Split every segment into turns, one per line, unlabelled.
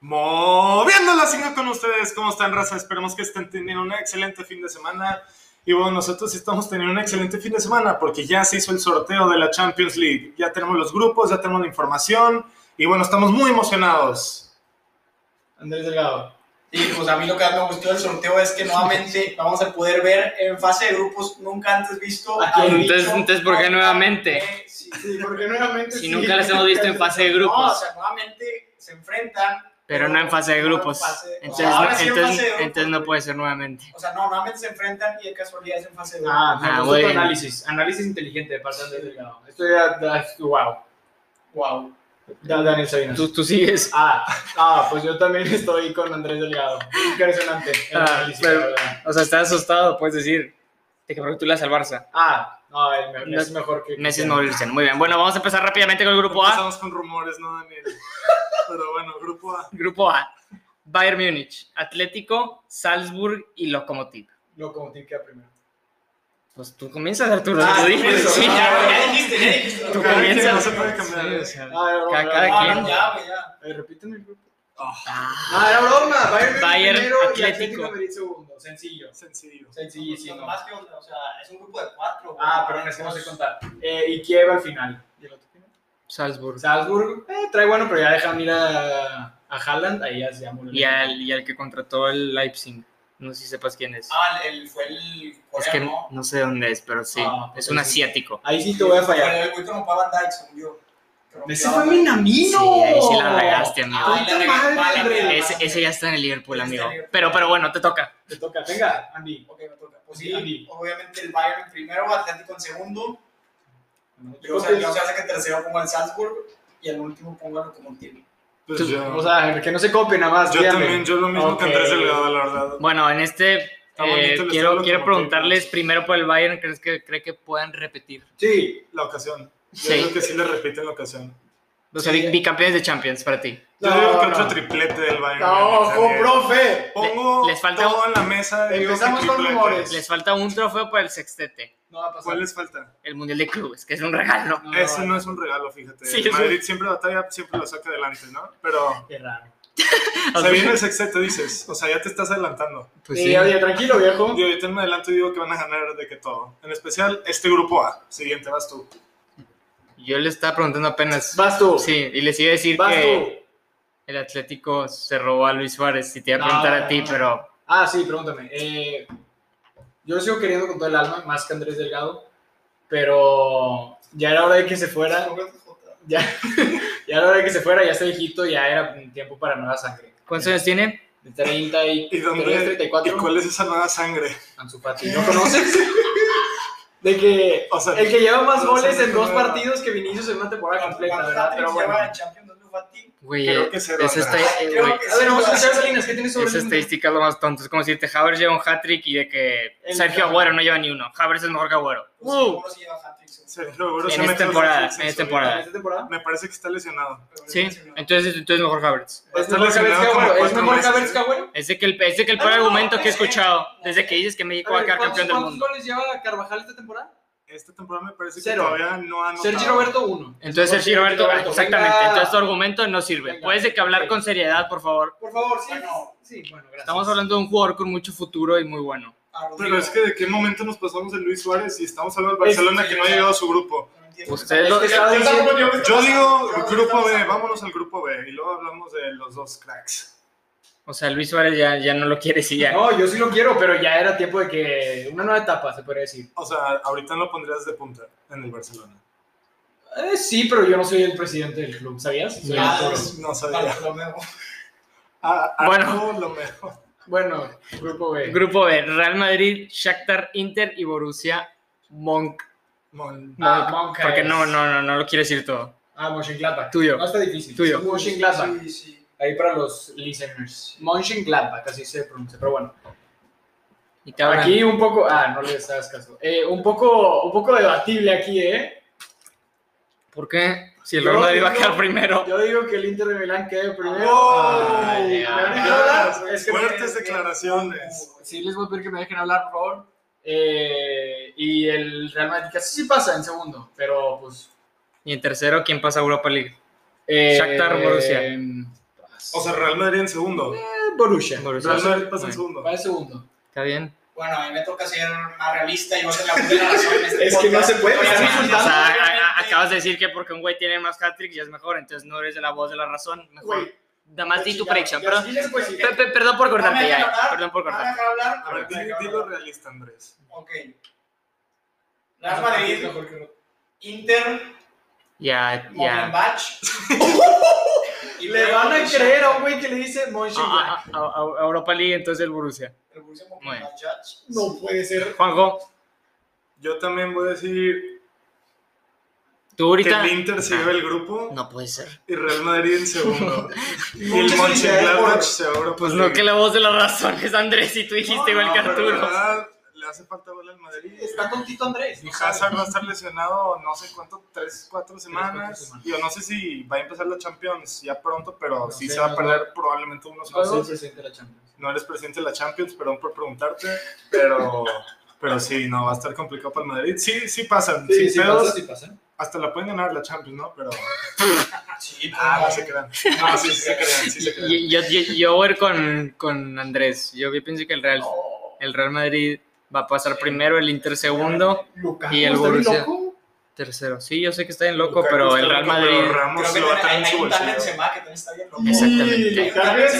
Moviendo la signo con ustedes, ¿cómo están, raza? Esperemos que estén teniendo un excelente fin de semana. Y bueno, nosotros estamos teniendo un excelente fin de semana porque ya se hizo el sorteo de la Champions League. Ya tenemos los grupos, ya tenemos la información. Y bueno, estamos muy emocionados.
Andrés Delgado. Sí, pues a mí lo que más me gustó del sorteo es que nuevamente vamos a poder ver en fase de grupos nunca antes visto.
Aquí,
al
entonces-
bicho.
entonces, ¿por qué nuevamente?
Eh, sí,
Sí, porque nuevamente.
Si
sí,
nunca las hemos visto en fase de
No, o
grupos,
sea, nuevamente se enfrentan.
pero no en fase de
No en
grupos.
fase de-
Entonces,
Ahora
no-
sí en
entonces-
fase de grupos,
entonces no
güey.
puede ser nuevamente.
O sea, no, nuevamente se enfrentan y de casualidad es en fase de grupos.
Ah, me
Ah,
gustó tu
bueno.
análisis. Análisis inteligente de parte de Andrés Delgado. Esto ya. da- Wow.
wow.
Da- Daniel Sabinas.
Tú, tú sigues.
Ah, ah, pues yo también estoy con Andrés Delgado. Impresionante. el
Ah,
análisis,
pero-
la verdad.
O sea, estás asustado, puedes decir. Te congratulaces al Barça.
ah no, el me- Messi es
No-
mejor que.
Messi es mejor que Cristiano. Muy bien. Bueno, vamos a empezar rápidamente con el grupo A.
Empezamos con rumores, ¿no, Daniel? Pero bueno, grupo A.
Grupo A. Bayern Múnich, Atlético, Salzburg y Lokomotiv.
Lo queda primero.
Pues tú comienzas, Arturo.
Ah,
tú dices.
comienzo.
pues, Sí,
Ah,
ya,
bueno.
güey.
ya dijiste, ya dijiste.
Cada
Tú
quien,
comienzas.
no se puede cambiar.
Sí, o
¿eh?
sea,
Ah, era broma,
Cada-
era
cada
broma.
quien.
No, no, ya, güey, ya.
Eh, repiten el grupo.
ah,
Ah, era broma. Bayern,
Bayern,
primero y
Atlético.
Atlético Madrid segundo. Sencillo.
Sencillo.
Sencillísimo.
Pues, Más que onda, o sea, es un grupo de cuatro. güey. Pues,
Ah, perdón, es que no sé contar. Eh, y Kiev al final. ¿Y el otro final?
Salzburg.
Salzburg eh, trae bueno, pero ya dejan ir a, a Haaland, ahí ya se llama.
Y al, y al que contrató el Leipzig. No sé si sepas quién es.
Ah, el, el- fue el
es que
coreano.
no sé dónde es, pero sí.
Ah,
es
pues
un
sí.
asiático.
Ahí sí te voy a fallar.
Pero el güey que rompió a Van Dijk, según yo. Que rompió
Ese
a
fue
Van Dijk.
Minamino.
Sí, ahí sí la regaste, amigo.
Ah, la
Puta
regalé,
madre.
la regalé.
Ese, ese ya está en el Liverpool,
Está en
amigo.
Liverpool.
Pero, pero bueno, te toca.
Te toca, venga, Andy.
Ok, me toca. Pues
A mí.
sí, obviamente el Bayern en primero, Atlético en segundo. Yo, o
Yo,
sea, yo sé que tercero pongo al Salzburg y al último pongo al Lokomotiv.
Pues
Tú-
yo,
o sea, que no se copie nada más.
yo
dígame.
también, yo lo mismo que Andrés
Ok.
Delgado, la verdad.
Bueno, en este
Está bonito
eh,
el estilo
quiero, quiero
Lokomotiv.
preguntarles primero por el Bayern. ¿Crees que, cree que puedan repetir?
Sí,
La ocasión. Yo
Sí.
creo que sí le repiten la ocasión.
O sea,
Sí.
bi- bicampeones de Champions para ti.
Yo
No,
digo que
no.
otro triplete del Bayern.
No,
Daniel.
ojo, profe.
Pongo
Les falta-
Oh, todo en la mesa. digo que
Empezamos con
triplete.
rumores.
Les falta un trofeo para el sextete.
No va a pasar.
¿Cuál les falta?
El Mundial de Clubes, que es un regalo.
No,
Ese no es un regalo, fíjate.
Sí, es
Madrid siempre batalla, siempre lo saca adelante, ¿no? Pero
Qué raro.
O
se
sea,
viene el sexteto, dices. O sea, ya te estás adelantando.
pues
sí,
sí.
oye, tranquilo, viejo.
Yo ahorita me adelanto y digo que van a ganar de que todo. En especial este grupo A. Siguiente, vas tú.
Yo le estaba preguntando apenas.
Vas tú.
Sí, y les iba a decir
Vas
que
tú.
el Atlético se robó a Luis Suárez. Si te iba a
No,
preguntar a
no,
ti,
no.
pero
Ah, sí, pregúntame. Eh, yo sigo queriendo con todo el alma, más que Andrés Delgado, pero ya era hora de que se fuera. Ya, ya era hora de que se fuera, ya está viejito, ya era un tiempo para nueva sangre.
¿cuántos años tiene?
De 30 y,
¿Y dónde?
34.
¿Y cuál es esa nueva sangre?
Ansu Fati, ¿No conoces? De que
O sea,
el que lleva más
no sé
goles en
si
dos
no-
partidos que Vinicius en una temporada completa, ¿verdad? Pero bueno.
lleva en Champions League Fati?
Güey,
Creo
eh,
que cero,
esa,
¿no?
esta- eh,
Creo
güey,
que
A ver, vamos a
sí,
escuchar a Salinas, ¿qué tienes sobre
esa
Salinas?
estadística es lo más tonto. Es como decirte, Havers lleva un hat-trick y de que
El-
Sergio Agüero no lleva ni uno. Havers es mejor que Agüero.
pues, seguro sí lleva hat-trick, seguro.
Sergio Agüero
En
se
esta
metió
temporada,
dos veces
en esta
en su
temporada.
¿En esta temporada?
vida. Me parece que está lesionado.
Pero
Sí,
no sé, no.
entonces, entonces mejor Havers.
Va a
¿Es
estar
mejor Javier
lesionado
que
como
Agüero? ¿Es
cuatro
mejor
meses,
Javier
¿eh?
que Agüero?
Es de que el, es de que el
Ah,
peor
no,
argumento que he
eh,
escuchado
no,
desde
eh.
que dices que México va
A
a
ver,
quedar
¿Cuántos
campeón del
cuántos
mundo.
goles lleva Carvajal esta temporada?
Esta temporada me parece
Cero.
que todavía no ha anotado.
Sergio Roberto, uno.
Entonces, Sergio Roberto, exactamente.
venga.
Entonces, tu argumento no sirve.
Venga.
Puedes de que hablar con seriedad, por favor.
Por favor, sí.
Bueno,
sí, bueno, gracias.
Estamos hablando de un jugador con mucho futuro y muy bueno.
A Rodrigo.
Pero es que de qué momento nos pasamos de Luis Suárez y estamos hablando del
Es-
Barcelona que no ha llegado a su grupo.
No entiendo.
Ustedes lo-
Es que estaba
Yo tampoco
diciendo-
entiendo.
Ah, Yo digo
Yo-
grupo
estamos
B,
hablando-
vámonos al grupo B y luego hablamos de los dos cracks.
O sea, Luis Suárez ya, ya no lo quiere si ya.
No, yo sí lo quiero, pero ya era tiempo de que. Una nueva etapa, se podría decir.
O sea, ahorita no pondrías de punta en el Barcelona.
Eh, sí, pero yo no soy el presidente del club, ¿sabías? Soy el
Ah,
club.
pues,
No sabía.
Bartolomeo.
Ah, ah,
Bueno.
no, lo mejor.
Bueno, grupo B.
Grupo B, Real Madrid, Shakhtar, Inter y Borussia Monk.
Mon-
Ah,
Monk,
Monk
porque
es-
no, no, no, no lo quiero decir todo.
Ah, Mönchengladbach.
Tuyo.
No está difícil.
Tuyo.
Mönchengladbach.
Sí, sí.
Ahí para los listeners. Mönchengladbach, así se pronuncia. Pero bueno,
Y te hablan.
aquí un poco. Ah, no les hagas caso. Eh, un, poco, un poco debatible aquí, ¿eh?
¿Por qué? Si el
Yo
Real Madrid va a
digo-
quedar primero.
Yo digo que el Inter de Milán quede primero.
¡Oh!
Ay,
ya.
¿me dejan hablar? Es que-
Fuertes declaraciones.
Sí, les voy a pedir que me dejen hablar, por favor. Eh, y el Real Madrid casi sí pasa en segundo, pero pues.
Y en tercero, ¿quién pasa a Europa League?
eh,
Shakhtar, Borussia.
em,
O sea, Real Madrid en segundo.
Borussia.
Borussia.
Real Madrid pasa en
Bueno,
segundo.
Va de segundo.
Está bien.
Bueno, a mí me toca ser más realista y voy a ser la primera razón. en este
Es que no
podcast.
se puede,
Voy a
estás
ser
O sea,
insultando,
realista,
a- a-
obviamente.
acabas de decir que porque un güey tiene más hat-tricks ya es mejor, entonces no eres de la voz de la razón. Mejor.
Güey,
Nada más di tu
chingada,
predicción.
ya
Pero,
sí les puedes decir.
pe- pe- perdón por
¿No me
cortarte
dejan
ya.
hablar?
Perdón por
¿No me
cortarte.
dejan hablar?
A ver, di, di lo realista, Andrés.
Ok. Real Madrid,
Mejor que no.
Inter,
Ya, ya.
Mönchengladbach. Y
Le van a creer a un güey que le dice Mönchengladbach.
A, a- a- a ah, Europa League, entonces el Borussia.
El Borussia
Bueno.
Mönchengladbach.
No puede ser.
Juanjo,
Yo también voy a decir
tú ahorita.
que el Inter se
Nah.
lleva el grupo
No puede ser.
y Real Madrid en segundo. y el
Muchas
Mönchengladbach
felicidades
se va a Europa
Pues no,
League.
que la voz de la razón es Andrés y tú dijiste
No,
igual que
pero la
Arturo.
verdad, Le hace falta gol al Madrid.
Está con Tito Andrés.
Y
no
Hazard
sabe.
va a estar lesionado no sé cuánto, tres, cuatro semanas.
cuatro semanas.
Yo no sé si va a empezar la Champions ya pronto, pero
No
sí
sé,
se va a
no,
perder probablemente unos
Va a ser
juegos.
presidente de la Champions.
No eres presidente de la Champions, perdón por preguntarte, pero, pero sí, no, va a estar complicado para el Madrid. Sí, sí pasan, sí,
pasa.
Hasta la pueden ganar la Champions, ¿no? Pero,
Sí,
ah, no
pues,
se crean. No, sí, sí se crean, sí se crean.
Y- Yo, yo, yo voy con, con Andrés. Yo pienso que el Real, el Real Madrid va a pasar primero, el Inter segundo,
Lukaku,
Y el
¿está bien
Borussia.
loco?
tercero. Sí, yo sé que está bien loco,
Lukaku
pero
está
el Real
loco, pero
Madrid.
Ramos
Creo que
lo va a
hay-
traer en
hay
su
un tal
bolsillo.
Benzema que también está bien loco.
Exactamente.
Hay un tal
Lukaku Benzema,
que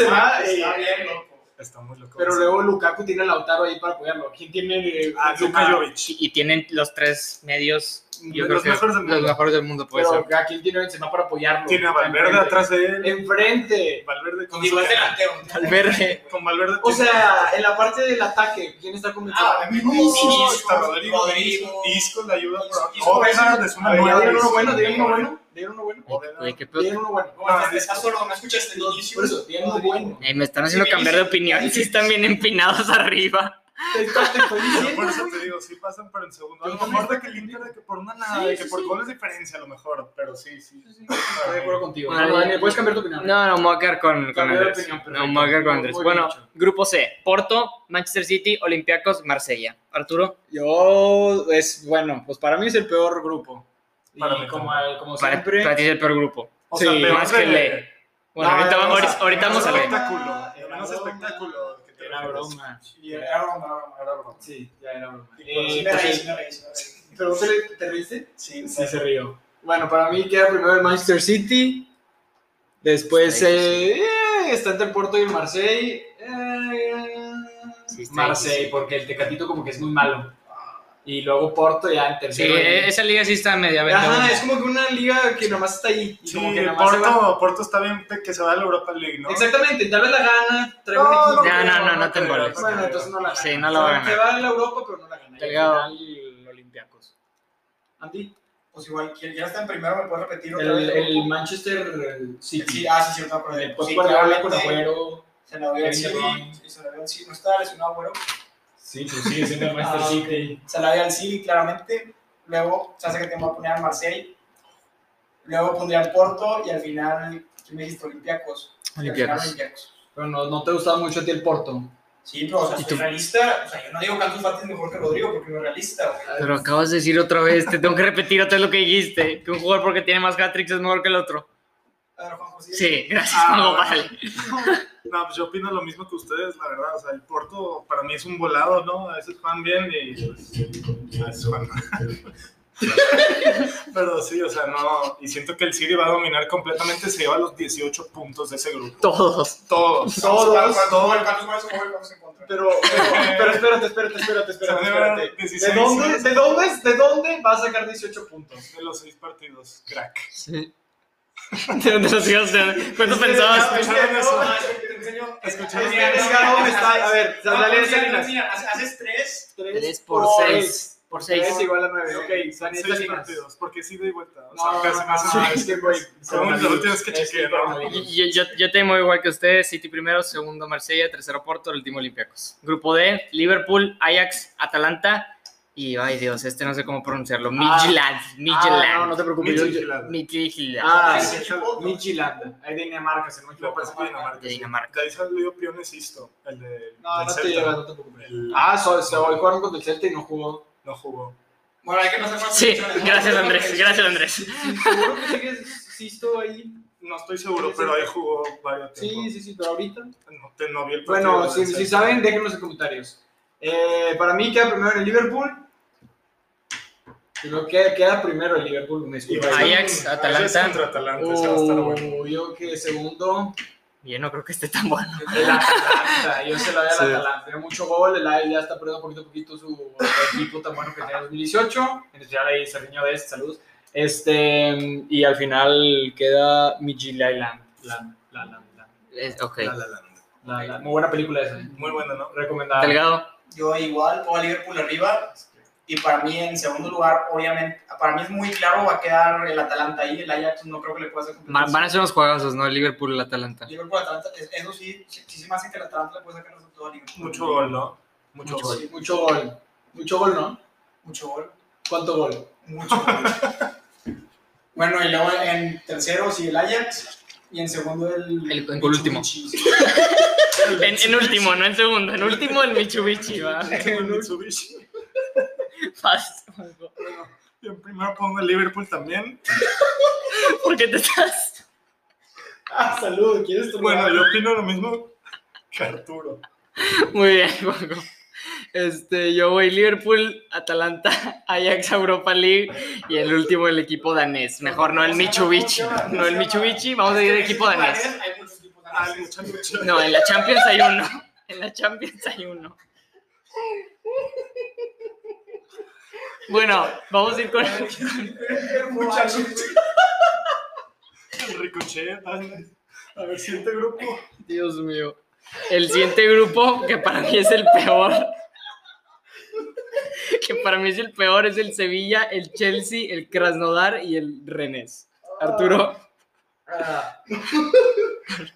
está
eh,
bien loco.
Está muy loco.
Pero luego Lukaku tiene a Lautaro ahí para apoyarlo. ¿Quién tiene? eh,
Ah,
Benzema?
Luka Jovic.
Y, y tienen los tres medios. yo
Los
creo que
mejores del
los
mundo.
mejores del mundo, pues, puede ser.
Pero ¿a quién tiene Benzema para apoyarlo?
Tiene a Valverde
Enfrente.
atrás de él.
Enfrente.
Valverde con
Digo,
su
es
cara.
delantero.
Valverde.
Con Valverde.
O
tiene-
sea, en la parte del ataque, ¿quién está con
Ah,
Benzema?
Rodrigo,
No, está
Rodrigo,
Rodrigo. Rodrigo.
Rodrigo.
Isco le ayuda.
Isco,
pero-
pues,
Odegaard es
A
una
ver, ya
nueva.
dieron uno
Isco.
bueno, dieron uno bueno, dieron uno bueno.
Odegaard.
Oye, qué pedo.
Dieron uno bueno.
Bueno, estás- estás sordo, no escuchaste el inicio.
Por eso, dieron uno bueno.
Eh, me están haciendo cambiar de opinión si están bien empinados arriba.
Te estás- te estoy
Yo
diciendo,
por eso
güey.
te digo, sí pasan, pero en segundo. A
Yo
lo
también.
mejor de que el Inter, de que por una nada,
Sí,
de que
sí,
por
sí.
goles de diferencia, a lo mejor, pero sí, sí.
Estoy de acuerdo contigo.
Bueno,
No,
ya-
Daniel, puedes cambiar tu opinión.
No, no, me voy a quedar con, con
Cambié de
Andrés.
opinión,
No,
perfecto.
me voy a quedar con Andrés.
Muy bien
Bueno,
dicho.
grupo C: Porto, Manchester City, Olympiacos, Marsella. Arturo,
Yo, es, bueno, pues para mí es el peor grupo. Y
Para mí
como,
también.
como
para,
siempre.
para ti es el peor grupo.
O sea,
Sí,
peor
más que
de-
le- Bueno,
No,
ahorita,
no,
vamos,
no, no,
ahorita
no,
vamos a
no,
ver.
Espectáculo.
Era
Menos
broma.
espectáculo. que te
Era
refieres.
broma.
Y era broma, era broma, era broma.
Sí, ya era broma.
Y cuando
Eh,
Sí, me reí,
entonces-
sí, me reí, sí, me reí.
¿Pero vos te, te reíste?
Sí,
Sí, se rió. Bueno, para mí queda primero el Manchester City. Después
Está difícil.
eh, eh, está entre el Porto y el Marseille. Eh,
Sí, está
Marseille,
difícil.
porque el Tecatito como que es muy malo. Y luego Porto ya en
Sí,
tercero.
eh, esa liga sí está media venta.
Ajá, es como que una liga que nomás está ahí. Y
Sí,
como que nomás se va.
Porto, Porto está bien que se va a la Europa League, ¿no?
Exactamente, tal vez la gana. Trae
No,
un equipo.
no
No, no, no, no te
creo,
emboles.
no
Bueno,
creo.
entonces no la gana.
Sí, no la va a ganar.
Se va a la Europa, pero no la gana.
Delgado.
Y al final, Olympiacos. Andy,
Pues igual, quien ya está en primero, me puedes repetir otra
el,
vez.
el Manchester eh,
Sí,
City.
sí, ah, sí, cierto, pero
Eh,
Después
sí,
sí, Guardiola pues, con
claramente,
Agüero.
Se la dio al City,
Kevin
sí, se la dio al City, no está lesionado, bueno.
Sí, pues sigue siendo el
Manchester
Ah,
City. Se la dio al City, claramente. Luego, se hace que te voy a poner al Marseille. Luego pondría al Porto y al final, ¿qué me dijiste? Olympiacos. Y al final,
Olympiacos.
Olympiacos.
Pero no, no te gustaba mucho a ti el Porto.
Sí, pero, o sea,
¿Y
soy
tú?
realista. O sea, yo no digo que Ansu Fati es mejor que Rodrigo porque no es realista, güey.
Pero acabas de decir otra vez, te tengo que repetir otra vez lo que dijiste: que un jugador porque tiene más hat es mejor que el otro.
A ver, Juanjo, sigue.
Sí, gracias,
Ah,
Juanjo,
bueno.
vale.
No, pues yo opino lo mismo que ustedes, la verdad. O sea, el Porto para mí es un volado, ¿no? A veces juegan bien y pues, a veces juegan mal. Pero sí, o sea, no. Y siento que el City va a dominar completamente. Se lleva los 18 puntos de ese grupo.
Todos.
Todos.
Todos,
Todo el Carlos Juárez, ¿cómo vamos en contra?
Pero, pero, pero espérate, espérate, espérate, espérate. espérate. ¿De,
16
dónde, ¿De dónde es- de dónde va a sacar 18 puntos?
De los seis partidos, crack.
Sí. ¿De dónde los ibas a hacer? ¿Cuánto pensabas?
¿Escucharon eso?
Escucharon
¿Escucharon
Es que acá dónde Este, está. eh, A ver, Daniel Salinas.
Mira, haces tres.
3 por
seis.
6. Por
3
6.
igual a 9. Ok, Daniel
Seis
Salinas.
partidos, porque sí de vuelta. O sea,
No,
casi más
no, no, es que, güey,
Son las últimas que
es
chequeé,
coronavirus.
Yo, yo, yo te muevo igual que ustedes, City primero, segundo Marsella, tercero Porto, el último Olympiacos. Grupo D, Liverpool, Ajax, Atalanta y, ay Dios, este no sé cómo pronunciarlo,
Ah,
Midtjylland,
Ah, no,
Midtjylland,
no te preocupes. yo- yo-
Midtjylland.
Midtjylland.
Ah,
Ese equipo, ¿no?
Michilanda. Ahí de Dinamarca, se me
Lo
equivoco.
parece que Dinamarca.
De
sí.
Dinamarca.
De ahí salió Piones Isto, el de.
No, no
del
te
Celta.
llevas, no te preocupes.
El-
Ah, so, se hoy jugaron contra el Celta y no jugó.
No jugó.
Bueno, hay que no hacer más
Sí,
predicciones, ¿no?
gracias
Yo creo
Andrés,
que-
gracias Andrés.
Seguro que sigues Sisto ahí.
no estoy seguro,
Sí, sí.
pero ahí jugó varios tiempo.
Sí, sí, sí, pero ahorita.
No, te- no vi el partido.
Bueno,
de
si,
ese.
si saben, déjenos en comentarios. Eh, para mí queda primero el Liverpool. Y lo que queda primero el Liverpool, me
Y
disculpa.
va-
Ajax, Atalanta.
contra Atalanta, ese va a estar bueno.
Uh, yo que segundo,
Yo no creo que esté tan bueno.
el Atalanta. Yo se la doy al
Sí.
Atalanta. Tiene mucho gol, el Ajax ya está perdiendo poquito a poquito su equipo tan bueno que tenía en 2018. En especial ahí Sergiño de salud. Este, y al final queda Mijilailand. La, la, la, la,
Es- ok.
La La Land.
la, la. Muy buena película esa. ¿eh?
Muy bueno, ¿no?
Recomendada.
Delgado.
Yo igual pongo a Liverpool arriba. Y para mí, en segundo lugar, obviamente, para mí es muy claro, va a quedar el Atalanta ahí. El Ajax no creo que le pueda hacer
Ma-
competencia.
Van a ser unos juegazos, ¿no? Liverpool, el Atalanta.
Liverpool, Atalanta, es- eso sí, sí, sí se me hace que el Atalanta le puede sacar resultado a Liverpool.
Mucho gol, ¿no? Mucho,
Mucho
gol.
Sí, Mucho gol. Mucho gol, ¿no?
Mucho gol.
¿Cuánto gol?
Mucho gol. bueno, y luego en tercero, sí, el Ajax. Y en segundo, el.
El- el último.
Michubichi.
En, en último, no en segundo. En último, el Michubichi, va.
El Mitsubishi.
Fast.
Yo primero pongo el Liverpool también.
¿Por qué te estás?
Ah, salud, ¿quieres tu
Bueno, yo opino lo mismo que Arturo.
Muy bien, Juanjo. Este, yo voy Liverpool, Atalanta, Ajax, Europa League y el último el equipo danés. Mejor no el Michubichi, no el Michubichi, vamos a ir el equipo danés.
Hay muchos equipos
Ah,
daneses.
mucha lucha.
No, en la Champions hay uno, en la Champions hay uno. Bueno, vamos a ir con...
Mucha
Mucha
lucha.
lucha. El ricochet. dale. A ver, siguiente grupo.
Dios mío. El siguiente grupo, que para mí es el peor. Que para mí es el peor, es el Sevilla, el Chelsea, el Krasnodar y el Rennes. Arturo,
Ah.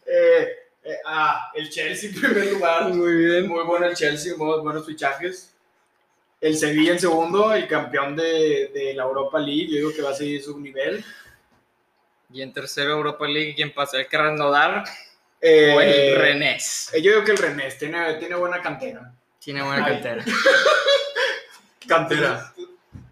Eh, eh, ah, el Chelsea en primer lugar.
muy bien.
Muy bueno el Chelsea, muy buenos fichajes. El Sevilla en segundo, el campeón de, de la Europa League, yo digo que va a seguir su nivel.
Y en tercero, Europa League, ¿quién pasa? ¿El Krasnodar
Eh,
o el Rennes?
eh, Yo digo que el Renés tiene, tiene buena cantera.
Tiene buena
ay.
cantera.
Cantera.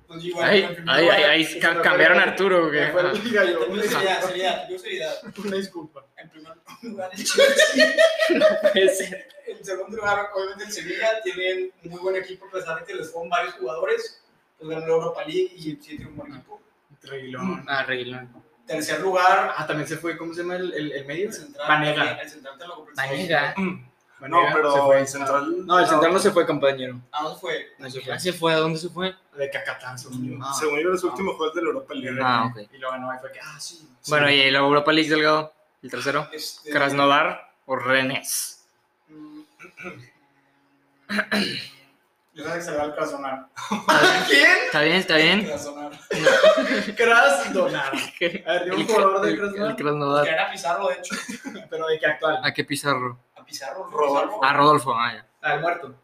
Pues igual,
Ay,
en primer
ay,
lugar,
ay, ay, ca- cambiaron a Arturo. ¿o qué?
Fue el gallo,
Yo seriedad, seriedad, yo seriedad.
Una disculpa.
En primer lugar, el Chelsea.
Ah, Ese.
En segundo lugar, obviamente el Sevilla. Tienen muy buen equipo, a pesar de que les fueron varios jugadores. Pues ganó la Europa League y sí tiene un buen equipo.
Reguilón.
Ah, Reguilón.
Tercer lugar,
Ah, también se fue, ¿cómo se llama el, el, el medio?
el central.
Vanega.
El central te lo compré.
Vanega.
No,
Vanega se
pero
fue.
el central.
No, el central no se fue, compañero.
¿A dónde fue?
No se fue.
¿Ya Ah, se fue? ¿A dónde se fue?
De Cacatán, según yo.
Ah.
Según yo, era su último juego del Europa League.
Ah, ok.
Y lo ganó y fue que, ah, sí.
Bueno, y la Europa League, Delgado, el tercero.
Este,
Krasnodar o Rennes.
mm, Yo sabía que se le va al Krasnodar.
¿Quién?
¿Está bien? ¿Está bien?
Krasnodar.
Krasnodar. A ver, de un
El-
jugador de
el- El
Krasnodar.
Que
Krasnodar.
era Pizarro, de hecho.
Pero de que actual.
¿A qué Pizarro?
A Pizarro,
Rodolfo.
A Rodolfo. ah, ya.
Al muerto.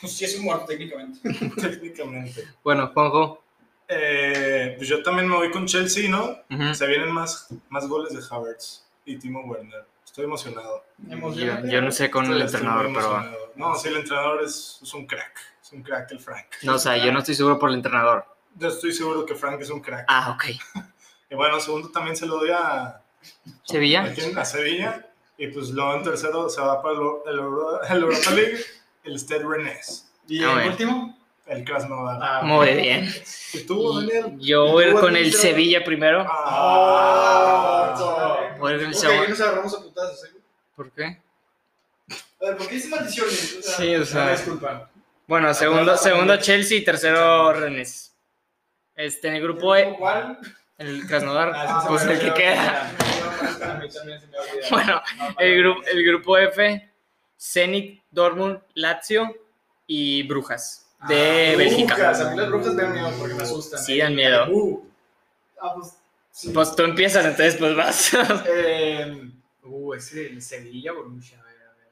Pues sí, es un muerto técnicamente.
Técnicamente.
Bueno, Juanjo.
Eh, pues yo también me voy con Chelsea, ¿no?
ujú.
Se vienen más, más goles de Havertz y Timo Werner. Estoy emocionado.
Yo, yo no sé con
Estoy-
el
estoy
entrenador,
muy
pero...
emocionado. No, sí, el entrenador es, es un crack. Es un crack el Frank.
No, o sea, yo no estoy seguro por el entrenador.
Yo estoy seguro que Frank es un crack.
Ah, ok.
Y bueno, segundo también se lo doy a, ¿a
¿Sevilla?
quién? A Sevilla. Y pues luego en tercero se va para el, Euro- el Euro- el Europa League, el Stade Rennes,
¿Y
Ah,
el
bueno.
último?
el Krasnodar.
Ah,
Muy bien.
¿Y tú, Daniel?
Yo voy a ir
¿Tú,
con el
Anita?
Sevilla primero.
Ah.
Ah.
Voy a ir con el
Ok,
Sevilla.
ya nos agarramos a putazos, ¿eh?
¿Por qué?
A ver, ¿por qué dices maldiciones? O sea,
Sí, o
Ah,
sea...
disculpa.
Bueno, segundo, segundo Chelsea y tercero Rennes. Este, en el grupo E,
¿Cuál?
el Krasnodar.
Ah, sí,
Pues
se me
el que
olvidó. A
queda.
mí también se me olvidó.
Bueno,
No, para-
El, gru- el grupo F, Zenit, Dortmund, Lazio y Brujas de
Ah,
Bélgica.
Brujas, a mí las brujas me dan miedo porque me asustan.
Sí, dan miedo.
Uh,
Ah, pues. sí.
Pues tú empiezas, entonces pues vas.
eh, uh, ese el Sevilla, Borussia. a ver, a ver.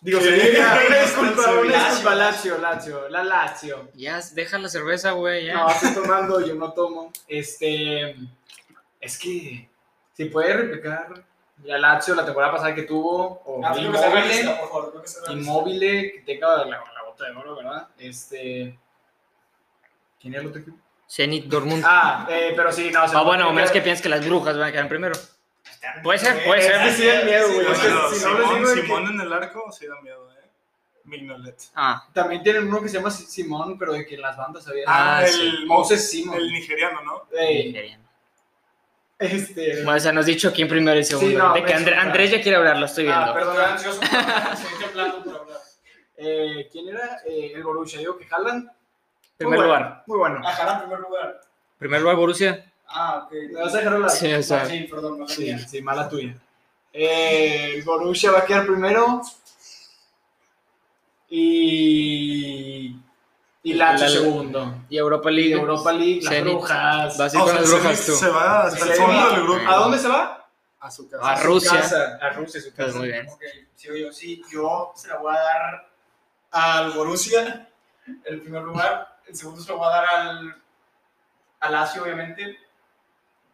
Digo,
Sí,
Sevilla.
una disculpa,
Sevilla.
una disculpa, Lazio, Lazio, la Lazio.
ya, deja la cerveza, güey. ya.
No, estoy tomando, yo no tomo. Este, es que, si puede replicar la Lazio la temporada pasada que tuvo, o
Ah, creo que sea realista,
Inmóvil,
por favor, creo que sea realista.
Inmóvil, que tenga la, la bota de oro, ¿verdad? Este, ¿quién era el otro equipo?
Zenit, Dortmund. Ah,
Ah, eh, pero sí, no. o sea,
bueno, a menos que
creo-
pienses que las brujas van a quedar primero. Puede ser, puede
Eh, Ese
ser.
sí da miedo, güey.
Pero
Es que
Simón,
si no les digo de que-
Simón en el arco sí da miedo, ¿eh? Mignolet.
Ah,
También tienen uno que se llama Simón, pero de que en las bandas había.
Ah,
Ah,
sí.
el,
Moses Simon.
el nigeriano, ¿no?
Ey,
nigeriano.
este.
Bueno, o sea, nos has dicho quién primero y segundo.
Sí, no,
de que
pues,
André-
claro.
Andrés ya quiere hablarlo, estoy
Ah,
viendo.
Perdón,
perdón.
ansioso. Estoy temblando por hablar.
Eh, ¿Quién era? Eh, el Borussia, digo que Haaland. Muy
primer
bueno,
lugar.
Muy bueno.
Ajá, en primer lugar.
Primer lugar, Borussia.
Ah, ok.
¿Me vas a dejar hablar?
Sí, o sea.
Ah, sí, perdón, no
Sí,
sabía.
sí, mala tuya. Eh, el Borussia va a quedar primero. Y. Y Lazio
El- el-
segundo.
Y Europa League.
Y Europa League, las
Zenit.
brujas.
Vas a ir
Ah, o
con
sea,
las
se-
brujas tú.
Se va hasta el
Sí.
fondo del grupo.
¿A dónde se va?
A su casa.
A Rusia.
Su casa, A Rusia, su
Pues
casa.
muy bien.
Ok, sigo yo. Sí, yo se la voy a dar al Borussia, el primer lugar. El segundo se lo voy a dar al, al Lazio, obviamente.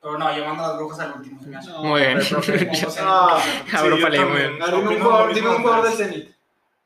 Pero no, yo mando a las brujas al último. se me hace.
No,
Muy bien.
pero, profe,
Como sea,
Ah,
Sí,
A Europa
yo
League, muy
también.
bien.
no, dime un
Opino
jugador,
lo
dime
mismo,
un jugador del
Andrés.
Zenit.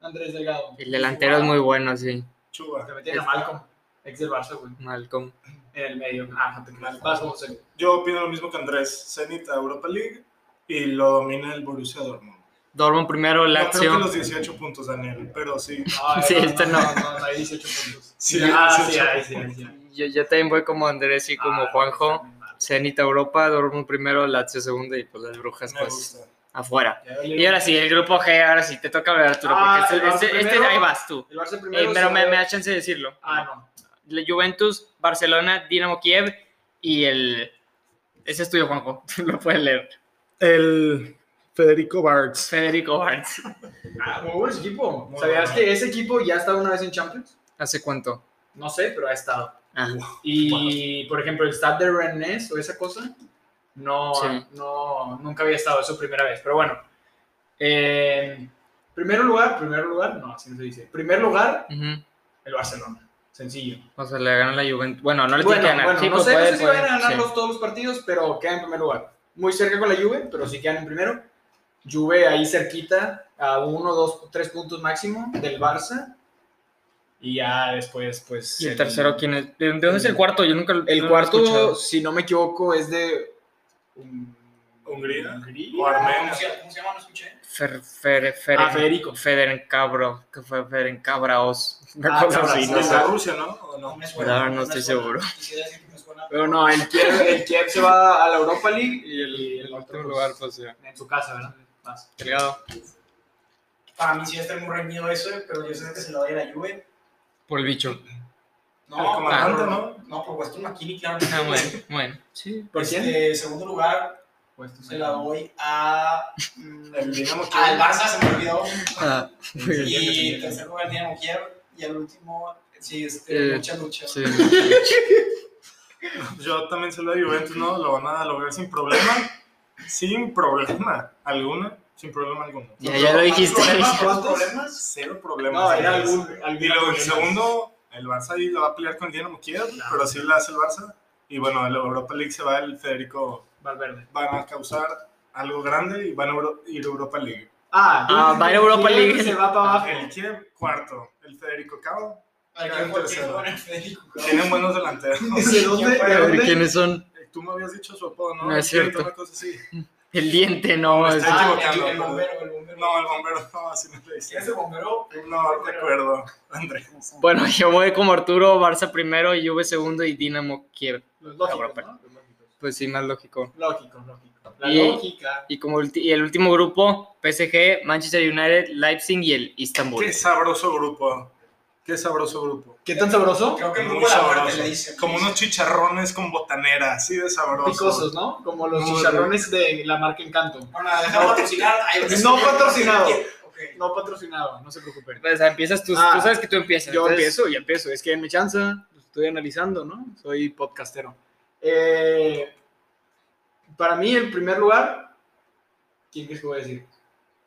Andrés Delgado.
El delantero es muy bueno, sí.
Chuba.
También tiene a Malcolm, ex del Barça, güey.
Malcolm.
En el medio. Ah, no te creas. Vas, José.
Yo opino lo mismo que Andrés. Zenit a Europa League y lo domina el Borussia Dortmund.
Dortmund primero,
No creo que
Lazio.
los 18 puntos, Daniel, pero sí.
Ay,
Sí,
no,
este no.
Ah, No, no, hay 18 puntos.
Sí,
ah,
18
sí, ahí sí, ahí sí.
Yo, yo también voy como Andrés y como
Ah,
Juanjo.
está muy mal.
Zenit a Europa, Dortmund primero, Lazio segundo y pues las brujas
Me
pues
gusta.
afuera.
Ya valió.
Y ahora sí, el grupo G, ahora sí, te toca hablar Arturo,
Ah,
porque este,
vamos
este- este-
primero.
ahí vas tú.
El Barça
Eh,
primero.
pero me,
segundo.
me da chance de decirlo.
Ah, no.
La Juventus, Barcelona, Dinamo Kiev y el... Ese es tuyo, Juanjo, tú lo puedes leer.
El Federico Bartz.
Federico Barnes.
Ah, muy buen equipo.
Muy
¿Sabías
bueno.
que ese equipo ya ha estado una vez en Champions?
¿Hace cuánto?
No sé, pero ha estado.
Ah,
Y, por ejemplo, el Stade de Rennes o esa cosa, no,
Sí.
no, nunca había estado, es su primera vez. Pero bueno, eh, primer lugar, primer lugar, no, así no se dice. Primer lugar,
ujú.
el Barcelona. Sencillo.
O sea, le ganó la Juventus. Bueno, no le
bueno,
tiene que ganar.
bueno,
Sí,
no
pues,
sé, no
puede-
sé si
puede,
van a ganar
sí.
los- todos los partidos, pero quedan en primer lugar. Muy cerca con la Juve, pero sí quedan en primero. Juve ahí cerquita, a uno, dos, tres puntos máximo del Barça. Y ya después, pues...
¿Y el tercero quién es? ¿De dónde es el cuarto? Yo nunca lo- no
El
lo he
cuarto,
escuchado.
si no me equivoco, es de Hung-
Hungría.
Hungría.
O Armenia.
¿Cómo se ¿cómo se llama? No escuché.
Fer, Fer, Fer,
Ah, Federico.
Federencabro, que fue Federencabraos. Una
Ah,
cosa así,
sí,
Sí,
no
de
sé.
Rusia, ¿no? ¿O
No
no?
me suena.
Ahora no
me
estoy
suena.
seguro.
Quisiera decir que me suena.
Pero no, el Kiev, el Kiev se va a la Europa League y el, y el otro, pues,
pues ya.
en su casa, ¿verdad? Más.
Delgado.
Para mí sí está muy reñido eso, pero yo sé que se lo doy a la Juve.
Por el bicho.
No,
El comandante,
por- No, por Weston McKinney, claro. que
Ah,
sí.
bueno, bueno. Sí.
¿Por
este,
quién?
segundo lugar,
Pues, tú
se la
sabes.
doy a. mm,
El Dinamo Kiev.
al Barça, se me olvidó.
Ah, muy bien.
Y en tercer lugar, Dinamo Kiev. Y al último, sí,
Eh,
este, mucha lucha.
Sí.
Yo también se lo doy a Juventus, ¿no? Lo van a lograr sin problema. Sin problema alguno. Sin problema alguno.
Ya, ya lo dijiste.
¿Problemas?
¿Cuántos?
¿Problemas?
Cero problemas.
No, era
señores.
algún, algún
Y luego el segundo, el Barça ahí lo va a pelear con el Dinamo Kiev, pero sí la hace el Barça. Y bueno, la Europa League se va el Federico,
Valverde.
van a causar algo grande y van a Euro- ir a Europa League.
Ah,
Ah, va a la Europa
Kiev
League.
Se va para abajo.
Ah.
El Kiev, cuarto. El Federico Cabo.
Al
Quedan
que fue-
tercero.
que fue en el Federico, ¿no?
Tienen buenos delanteros.
¿De dónde?
¿Quién fue?
¿De
A ver,
dónde?
¿quiénes son?
Tú me habías dicho su apodo, ¿no?
No es
El Kiev,
cierto.
una cosa así.
El diente, no.
Me
es-
está
Ah, el,
equivocando,
el bombero, el bombero.
No, el bombero no, así no le dice.
¿Quién es el bombero?
No recuerdo, André.
Bueno, yo voy como Arturo, Barça primero, Juve segundo y Dinamo Kiev.
Los lógicos,
Europa.
¿no? Los lógicos.
Pues sí, más lógico.
Lógico, lógico. La
Y-
lógica.
Y como ulti- y el último grupo, PSG, Manchester United, Leipzig y el Istanbul.
Qué sabroso grupo. Qué sabroso grupo.
¿Qué tan sabroso?
Creo que el
Muy
grupo de la muerte
sabroso.
le "Pues, dicen.
Como unos chicharrones con botanera, así de sabroso.
Picosos, ¿no? Como los
Muy
chicharrones de la marca Encanto.
Bueno, deja patrocinar. ahí-
No patrocinado.
Ok.
No patrocinado, no se preocupen.
O sea, empiezas tú,
Ah,
tú sabes que tú empiezas.
Yo
entonces-
empiezo, yo empiezo. Es que me chance, lo estoy analizando, ¿no? Soy podcastero. Eh, para mí, el primer lugar, ¿quién crees que voy a decir?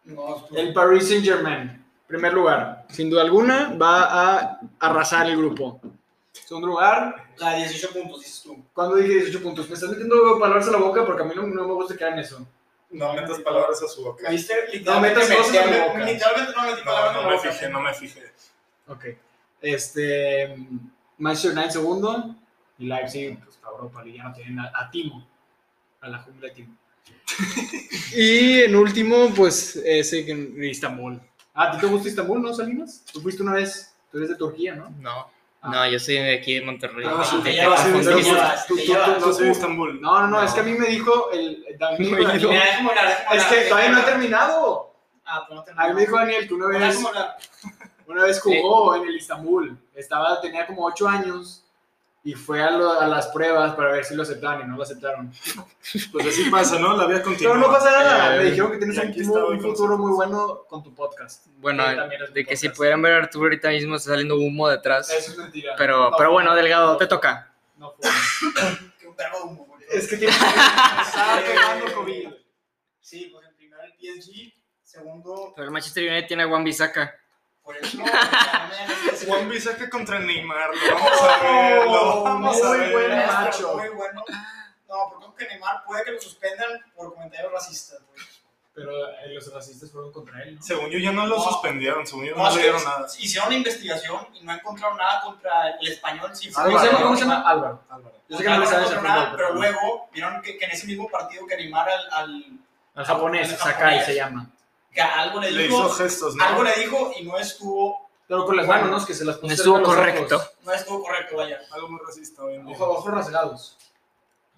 No, tú-
El Paris Saint Germain. Primer lugar, sin duda alguna, va a arrasar el grupo. Segundo lugar,
O sea, 18 puntos, dices tú.
cuando dije 18 puntos, me estás metiendo palabras a la boca porque a mí no, no me gusta quedar en eso.
No metas palabras a su boca.
¿Viste?
No metas
me-
cosas en la
me-
boca.
Literalmente no metí
No,
palabras
no
en la
me
boca.
fijé, no me fijé.
Ok. Este. Manchester United segundo. Y Leipzig, pues para Europa League ya no tienen a, a Timo, a la jungla de Timo.
Y en último, pues ese que
Istambul. Ah, ¿a ti te gusta Istambul, no, Salinas? Tú fuiste una vez, tú eres de Turquía, ¿no?
No.
Ah.
No, yo soy de aquí de Monterrey.
Ah, sí,
Te-
te
te
llevas, sí,
confundí.
te llevas.
Tú- tú- tú-
Ah, No
tú-
soy de Estambul.
No, no, no,
No.
es que a mí me dijo el el Daniel.
Me dijo.
Daniel,
Mira, es como la- es como
Es
la-
que todavía no he terminado.
Ah, pero no te
A mí me dijo "Pues, Daniel que una
O sea, es
vez,
como la-
una vez jugó en el Istambul. Estaba, tenía como 8 años y fue a, lo- a las pruebas para ver si lo aceptaban y no lo aceptaron.
Pues así pasa, ¿no? La vida continúa.
Pero no pasa nada. Me
Eh,
dijeron que tienes
y
un,
aquí está hoy
un
con
futuro muy bueno con tu podcast.
Bueno,
Tú también eres
de
un
que si
podcast.
pudieran ver a Arturo ahorita mismo está saliendo humo detrás.
Eso es mentira.
Pero,
No,
pero bueno,
no,
Delgado,
no,
te toca.
No fue.
que un verbo de humo, güey.
Es que tienes que estaba pegando COVID.
Eh, Sí, pues el primero el PSG, segundo
Pero el Manchester United tiene a Wan Bissaka.
por eso. o sea, no me dejes decir-
Juan Bisaca contra Neymar, lo vamos a ver, lo
Oh,
vamos a
muy
ver.
buen
Maestro,
macho.
Muy bueno. No, pero creo que Neymar puede que lo suspendan por comentarios racistas. güey.
Pero eh, los racistas fueron contra él, ¿no?
Según yo ya no lo
No.
suspendieron, según yo
No,
no
es
le
que
dieron nada.
Hicieron una investigación y no encontraron nada contra el español. Sí,
¿Cómo se llama?
Álvaro.
¿Cómo se llama? Álvaro. Yo sé que no le
Álvaro
sabes
encontró
el
nada,
fútbol,
pero
pero-
luego vieron que, que en ese mismo partido que Neymar al, al-
Al japonés,
Al
Sakai
japonés.
se llama.
que algo le
Le
dijo,
hizo gestos, ¿no?
algo le dijo y no estuvo,
Pero con las
Bueno,
manos, ¿no? Es que se las puso.
no estuvo
cerca de los
correcto.
ojos.
no estuvo correcto, vaya.
Algo muy racista hoy en día.
Ojo, ojos rasgados.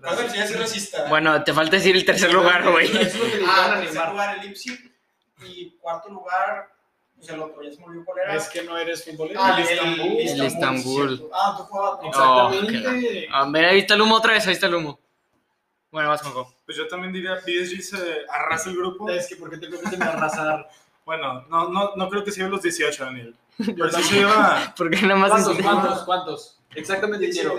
Creo que sí es racista.
Bueno, te falta decir el tercer lugar, güey.
Eso es lo que le dijeron
Ah,
a
en tercer
Neymar.
lugar el Leipzig y cuarto lugar, pues el otro, ya se me olvidó cuál era.
Es que no eres futbolero.
Ah,
El Estambul.
El Estambul.
cierto. Ah, tú jugabas. no,
Exactamente.
Ah, mira, ahí está el humo otra vez, ahí está el humo. Bueno, vas, Juanjo.
Pues yo también diría PSG se arrasa el grupo.
Es que porque te creo que se me va a arrasar.
Bueno, no, no, no creo que se lleve los 18, Daniel. Pero sí
también.
se lleva
Porque nada más
¿Cuántos? ¿Cuántos? ¿Cuántos? Exactamente quiero.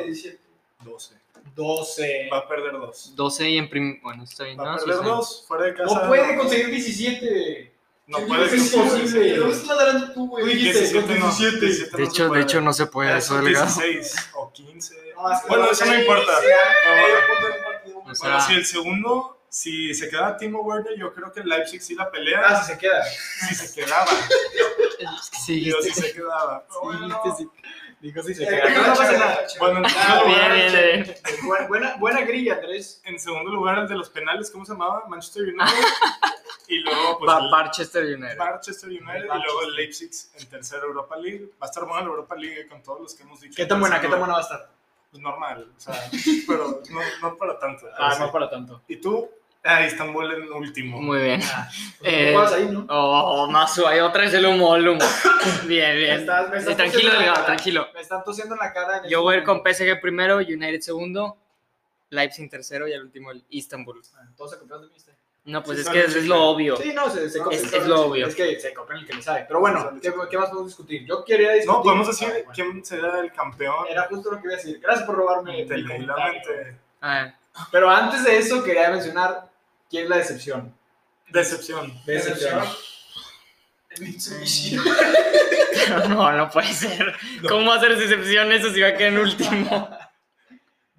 12.
12.
Va a perder 2.
12 y en prim... Bueno, está bien.
Va
No,
a
Sí,
perder
está bien.
2, fuera de casa.
No puede conseguir 17.
No
Es
puede ser
imposible.
¿Pero estás ladrando tú,
Tú
güey?
dijiste-
17 no.
17.
17
de
no se
hecho, de
puede.
hecho, no se puede
Era
eso, Delgado.
16 o 15.
Ah,
No, es que
Bueno,
no,
eso no
sí,
importa.
sí,
Ahora,
era punto de un partido, güey.
O sea,
Bueno, si el segundo, si se queda Timo Werner, yo creo que el Leipzig sí la pelea.
Ah, si se queda.
Si se quedaba,
sí,
yo sí
dijiste-
se quedaba.
Pero bueno,
dijiste sí.
Dijo si se
eh,
queda. No pasa nada.
Bueno, en
Ah,
segundo
Bien,
lugar,
bien, bien.
Buena- Buena, buena grilla, tres.
en segundo lugar, el de los penales, ¿cómo se llamaba? Manchester United. y luego, pues,
Va este
el
Parchester United.
Manchester United. Y luego el Leipzig en tercera Europa League. Va a estar buena la Europa League con todos los que hemos dicho.
¿Qué tan buena? ¿Qué tan
Tercero,
buena va a estar?
Pues normal, o sea, pero no, no para tanto.
Ah,
Sí.
no para tanto.
¿Y tú? Ah, Istanbul en último.
Muy bien. Eh,
¿Tú juegas Ah, pues, ahí, no?
Oh, Masu, ahí otra vez el humo, el humo. Bien,
Me
bien.
estás- me estás
Eh, tranquilo,
tosiendo en la
Delgado,
cara.
tranquilo.
Me están tosiendo en la cara. en
Yo
este
voy a ir con
momento.
PSG primero, United segundo, Leipzig tercero y al último el Istanbul.
Ah, Todos se copiaron de mí. este.
No, pues
Sí,
es
son
que
los
es, es
chicos.
lo obvio.
Sí, no, se, se copian.
es- es lo obvio.
Es que se copian el que le sabe. Pero bueno,
Sí,
¿qué,
sí.
qué más podemos discutir? Yo quería discutir.
No, podemos decir
Ah, bueno.
quién será el campeón.
Era justo lo que iba a decir. Gracias por robarme.
Te
mi
leí la
comentario.
mente.
A ver,
Pero antes de eso, quería mencionar quién es la decepción.
Decepción.
Decepción.
El Mitsubishi.
pero no, no puede ser.
No.
¿Cómo va a ser esa excepción eso si va a quedar en último?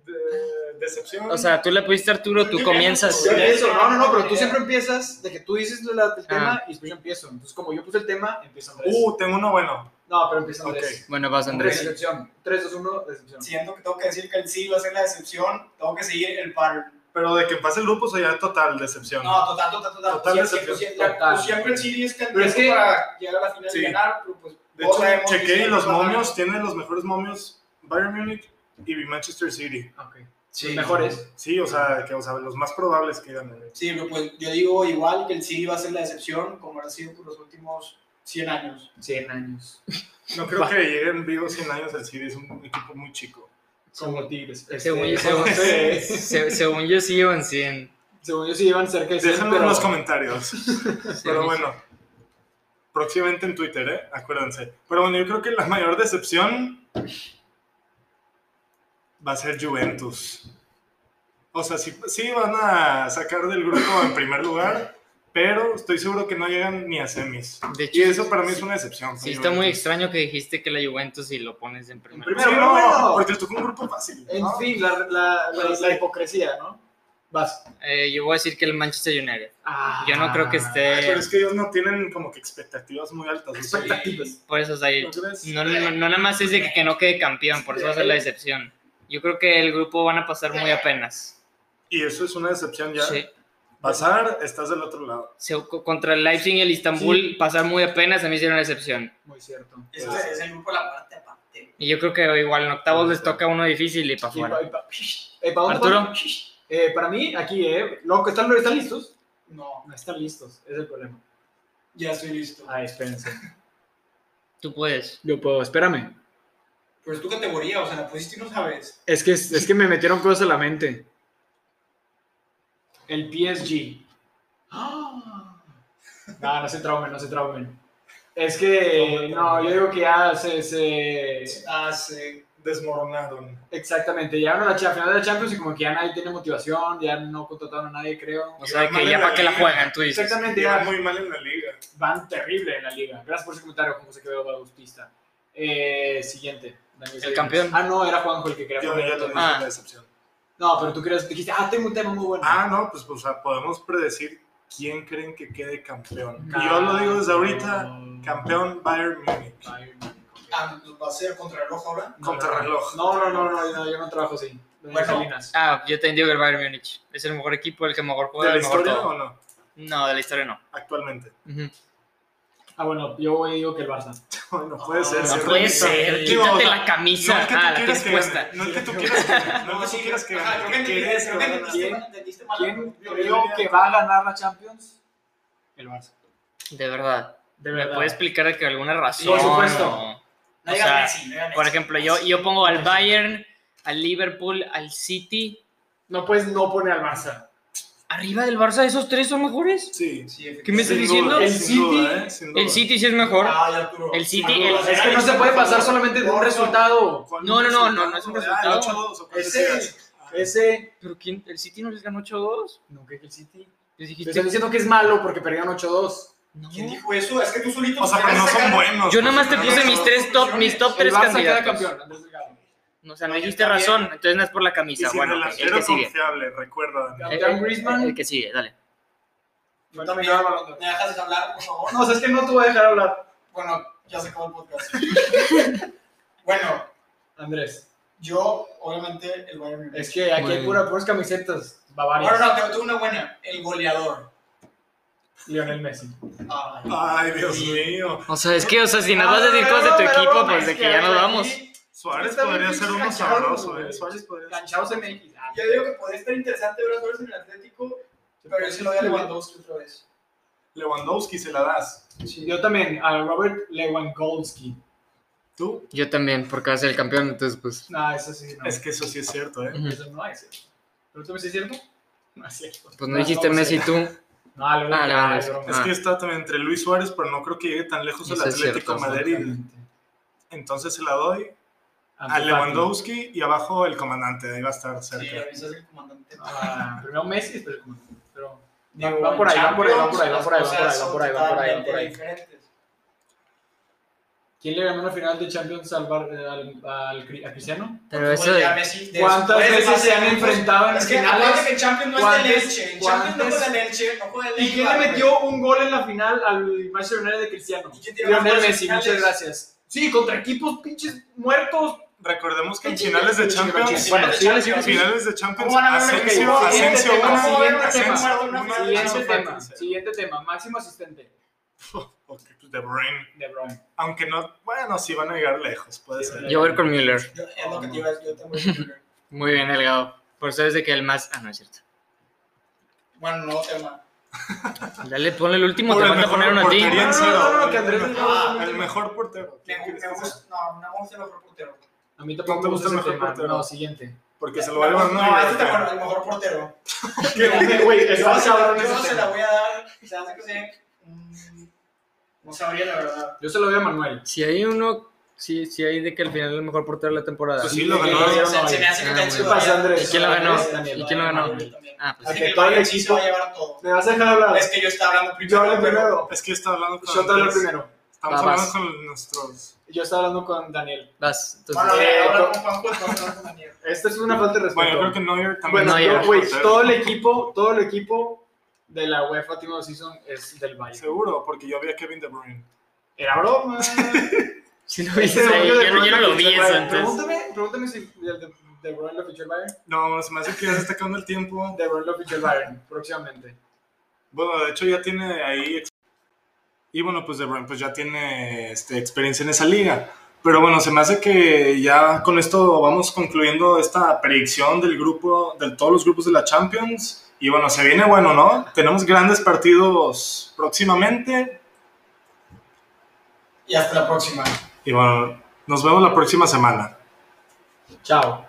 De- decepción.
O sea, tú le pusiste a Arturo, tú comienzas.
Yo empiezo, no, no, no, pero tú siempre empiezas de que tú dices la- el
Eh, Ah.
tema y después yo empiezo. Entonces, como yo puse el tema, empieza Andrés.
uh, tengo uno bueno.
no, pero empieza Andrés.
ok.
Bueno, vas, Andrés.
Decepción. 3, 2, 1, decepción.
Siento que tengo que decir que el sí va a ser la decepción. Tengo que seguir el par.
Pero de que pase el grupo, soy ya total decepción.
No, total, total, total.
Total
Siempre-
decepción.
siempre- la-
Total.
pues Siempre el City es
Pero es
candidato
que-
para llegar a la final
Sí.
y ganar. Pero pues,
de
todos
hecho,
sabemos que
chequé y
siempre
los
van a ganar.
momios tienen los mejores momios Bayern Munich y Manchester City.
Ok.
Sí.
Los mejores.
Sí, o sea, que, o sea, los más probables que ganen.
Sí, pero pues yo digo igual que el City va a ser la decepción, como ha sido por los últimos 100 años.
100 años.
No creo que lleguen vivos 100 años al City, es un equipo muy chico.
Como Tigres.
Según yo,
Este,
según-
sí.
se- según yo sí llevan 100.
Según yo, sí llevan cerca de 100.
Déjenlo
pero-
en los comentarios.
Sí.
Pero bueno, próximamente en Twitter, ¿eh? Acuérdense. Pero bueno, yo creo que la mayor decepción va a ser Juventus. O sea, sí, sí van a sacar del grupo en primer lugar, pero estoy seguro que no llegan ni a semis.
De
Y
hecho,
eso para mí
sí-
es una decepción. con
Sí, está muy
Juventus.
extraño que dijiste que la Juventus y lo pones en primer
primer-
lugar.
Sí,
Pero
no,
bueno.
porque tocó un grupo fácil.
En
¿no?
fin, la, la, la, la hipocresía, ¿no? Vas.
Eh, yo voy a decir que el Manchester United.
Ah.
Yo no creo que
Ay, Pero
esté.
es que ellos no tienen como que expectativas muy altas. o sea,
Expectativas.
Por eso, o sea,
¿no crees?
no, no, no nada más es de que, que no quede campeón, por eso va a ser la decepción. Yo creo que el grupo van a pasar muy apenas.
Y eso es una decepción ya.
Sí.
Pasar, estás del otro lado.
Se- co- contra el Leipzig y el Istanbul pasar muy apenas a mí hicieron una excepción.
Muy cierto.
Es, que es el grupo de la parte aparte.
Y yo creo que igual en octavos les toca uno difícil y
Ah,
para
Y
afuera.
pa- y pa- eh, pa-
Arturo.
eh, para mí, aquí, eh, loco, ¿están, ¿están listos?
No,
No están listos, es el problema.
ya estoy listo.
Ah, espérense.
Tú puedes.
Yo puedo, espérame.
Pero es tu categoría, o sea, la pusiste y no sabes.
Es que, es que me metieron cosas a la mente.
El PSG. ¡Ah! No, no se traumen, no se traumen. Es que, no, yo digo que ya se, se-
Ah,
eh,
se desmoronaron.
Exactamente, llegaron a la cha- final de la Champions y como que ya nadie tiene motivación, ya no contrataron a nadie, creo.
O sea, que ya para que la juegan, tú dices.
Exactamente,
Iba
ya
muy mal en la liga.
van terrible en la liga. Gracias por ese comentario, Juan José Quevedo Bautista. Eh, siguiente. Daniel Ceballos.
campeón.
Ah, no, era Juanjo el que quería
Yo
poner
ya
otro.
te dije
Ah.
la decepción.
No, pero tú querías, dijiste, ah, tengo un tema muy bueno.
Ah, no, pues, o sea, podemos predecir quién creen que quede campeón.
Ca-
Y yo lo digo desde ahorita, campeón Bayern Múnich.
Bayern Múnich, ok.
Ah, pues va a ser contra el ojo ahora.
No,
Contrarreloj.
No, no, no, no, no, yo no trabajo así. Bueno,
Bueno.
Salinas.
Ah, yo te digo que el Bayern Múnich es el mejor equipo, el que mejor
¿De
juega,
la
el mejor
historia
todo.
o no?
No, de la historia no.
Actualmente.
Ujú.
Ah, bueno, yo voy- digo que el Barça.
Bueno, puede
No,
ser.
no
cierto.
Puede
Digo, o
ser,
sea,
quítate la
No
camisa.
es que
ah,
tú
la
quieras
tienes
que
puesta.
gane. No es que tú quieras que gane. No es que tú quieras que
Ajá,
gane.
creo que
que quieres
entendiste- creo
que
que
gane.
entendiste mal- entendiste mal.
¿Quién
Yo-
creo que va a ganar la Champions? El Barça.
De verdad.
De
¿Me puedes explicar de que alguna razón?
Por supuesto.
o-
No
o
digas
sea,
Messi, no digas
Por
Messi.
ejemplo, yo, yo pongo al Bayern, al Liverpool, al City.
No puedes no poner al Barça.
¿Arriba del Barça esos tres son mejores?
Sí.
Sí, efectivamente.
¿Qué me estás
Sin
diciendo?
duda,
El
sin
City-
duda, ¿eh? Sin
El
duda. Ah.
City sí es mejor.
Ay, Arturo.
El City,
Sin
el-
duda,
Es que no se puede pasar solamente de un resultado.
¿Cuál
No, no, no, no,
resultado?
no es un
Ah, el
resultado.
8-2 o cuál
Ese-
decías. Ah,
Ese.
¿Pero quién? ¿El City no les ganó 8-2?
No, que el City.
Les
Te
dijiste.
están diciendo que es malo porque perdieron 8-2.
No.
¿Quién dijo eso? Es que tú solito.
O sea, pero no son buenos.
Yo nada más te
No,
puse
no,
mis
no.
tres top, mis top
El
tres
Barça queda
candidatos.
campeón. Andrés Delgado.
No, o sea, no
No, yo
dijiste
también.
razón, entonces no es por la
Y
camisa.
sin
Ah, Bueno,
el
ok, el
arquero
que sigue.
confiable, recuerda, Daniel.
El,
Campeón
el-
Griezmann.
el que sigue, dale.
Yo también.
Ganó el Balón de Oro.
¿Me dejas hablar, por favor?
No, o sea, es que no te voy a dejar hablar.
Bueno, ya se acabó el podcast. bueno,
Andrés,
yo, obviamente, el Bayern Múnich.
es que aquí hay
Bueno.
pura, puras camisetas bavarias.
Bueno, no, tengo, tengo una buena. El goleador. Ah,
Lionel Messi.
Ay.
Ay, Dios mío.
O sea, es que, o sea, si nos vas a
Ah,
decir cosas de tu equipo, pues de que ya nos vamos.
Suárez
Está
podría
bien
ser uno
pinche
sabroso,
cabrón,
¿eh?
güey.
Suárez podría ser.
Canchados MX. Ah,
Yo digo que podría estar interesante ver a Suárez en el Atlético, pero yo se lo doy a Lewandowski otra vez.
Lewandowski se la das.
Sí, yo también, a Robert Lewandowski.
Tú.
Yo también, porque va a ser el campeón, entonces pues.
Ah, eso sí, no.
Es que eso sí es cierto, ¿eh?
ujú.
Eso no es cierto. ¿Pero tú me estás cierto? No es cierto.
Pues no dijiste
vamos a-
Messi tú.
No, Lewandowski.
Ah, Lewandowski.
broma.
Es que está también entre Luis Suárez, pero no creo que llegue tan lejos el
Eso es
Atlético
cierto,
de Madrid.
Exactamente.
Entonces se la doy a
Ansu
Lewandowski y abajo el comandante. Ahí va a estar
Sí,
cerca.
avisas el comandante.
Fati. Ah, primero Messi, después como- pero...
Digo,
va por ahí, va por ahí, va por ahí, va
las
por ahí, va
cosas
por ahí, va
son
por ahí, va por ahí, va por ahí.
totalmente diferentes.
¿Quién le ganó la final de Champions al, Bar- eh, al, al Cri- a Cristiano?
Pero eso
Oye, a
de.
Messi, de-
¿Cuántas
después de
veces se han
pasar,
enfrentado en
Es que
finales?
acuérdate que en Champions no es del
¿Cuántas-
Elche. En Champions no
cuántas-
juega el Elche, no juega el
¿Y
Eibar,
quién le
güey.
metió un gol en la final al Manchester United de Cristiano?
¿Y quién tiene más
Lionel
goles en
Messi,
finales?
muchas gracias. Sí, contra equipos pinches muertos.
Recordemos que en finales de Champions.
Bueno, sí,
Champions,
sí, sí.
Finales de Champions.
¿Cómo van a ver lo que
Asensio,
digo? Siguiente
Asensio,
tema,
una,
siguiente
Asensio,
tema.
una,
Siguiente
Ansu
tema,
Fati.
siguiente tema. Máximo asistente.
Ok, pues, De Bruyne.
De Bruyne.
Aunque no, bueno, sí van a llegar lejos, puede
Sí,
ser.
Yo voy a ir con Müller.
Yo- Es lo que te iba a decir, yo también.
Muy bien, Delgado. Por eso es de que el más. Ah, no es cierto.
Bueno, no tema.
Dale, ponle el último,
Por
te
el
falta
mejor
poner uno a ti.
portería en
No, no, no,
cero.
no, no, que Andrés Delgado
es
Ah,
un
el
tema.
mejor portero.
Me, gu- me gusta, no, no me gusta el mejor portero.
A mí tampoco
¿No te
me gusta
gusta el
ese
mejor
tema.
portero?
No, siguiente.
Porque se lo va a llevar
No, este
Neuer,
te
creo.
acuerdas, el mejor portero.
Güey,
Yo
está
se la-
cabrón
yo
ese
se la
tema.
voy a dar, se hace que se... mm, No sabría la verdad.
Yo se lo doy a Manuel.
Si hay uno. Si, si hay de que al final el mejor portero de la temporada.
Pues
Sí,
sí, lo ganó.
sí, sí.
Se, se me hace que
Ah,
Daniel se
¿qué
lo va a
pasa,
llevar.
Andrés?
¿Y quién lo ganó?
Daniel
¿Y quién lo
va a
ganó?
llevar también.
Ah, pues
Así
Ok,
que el
todo el
Bayern sí se
equipo.
va a llevar todo.
¿Me vas a dejar hablar?
Es que yo estaba hablando
Yo hablo
pero-
primero.
Es que está hablando con
Yo te hablo
Andrés.
primero.
Estamos
Ah, vas.
hablando con nuestros.
Yo estaba hablando con Daniel.
vas. Entonces,
Bueno,
Eh,
ahora
no.
con Juanjo, entonces, no, con Daniel.
Esta es una falta de respeto.
Bueno, yo creo que Neuer también.
Bueno,
No,
es
ya.
yo,
mejor
güey,
portero.
todo el equipo, todo el equipo de la UEFA Team of the Season es del Bayern.
Seguro, porque yo vi a Kevin De Bruyne.
Era broma. Este
si lo viste ahí, yo, no- yo no lo vi eso entonces.
Pregúntame, pregúntame si el de De Bruyne lo fichó el Bayern.
No, se me hace que ya se está acabando el tiempo.
De Bruyne lo fichó el Bayern, próximamente.
Bueno, de hecho ya tiene ahí. ex- Y bueno, pues De Bruyne pues ya tiene este, experiencia en esa liga. Pero bueno, se me hace que ya con esto vamos concluyendo esta predicción del grupo, de todos los grupos de la Champions. Y bueno, se viene bueno, ¿no? Tenemos grandes partidos próximamente.
Y hasta la próxima.
Y bueno, nos vemos la próxima semana.
Chao.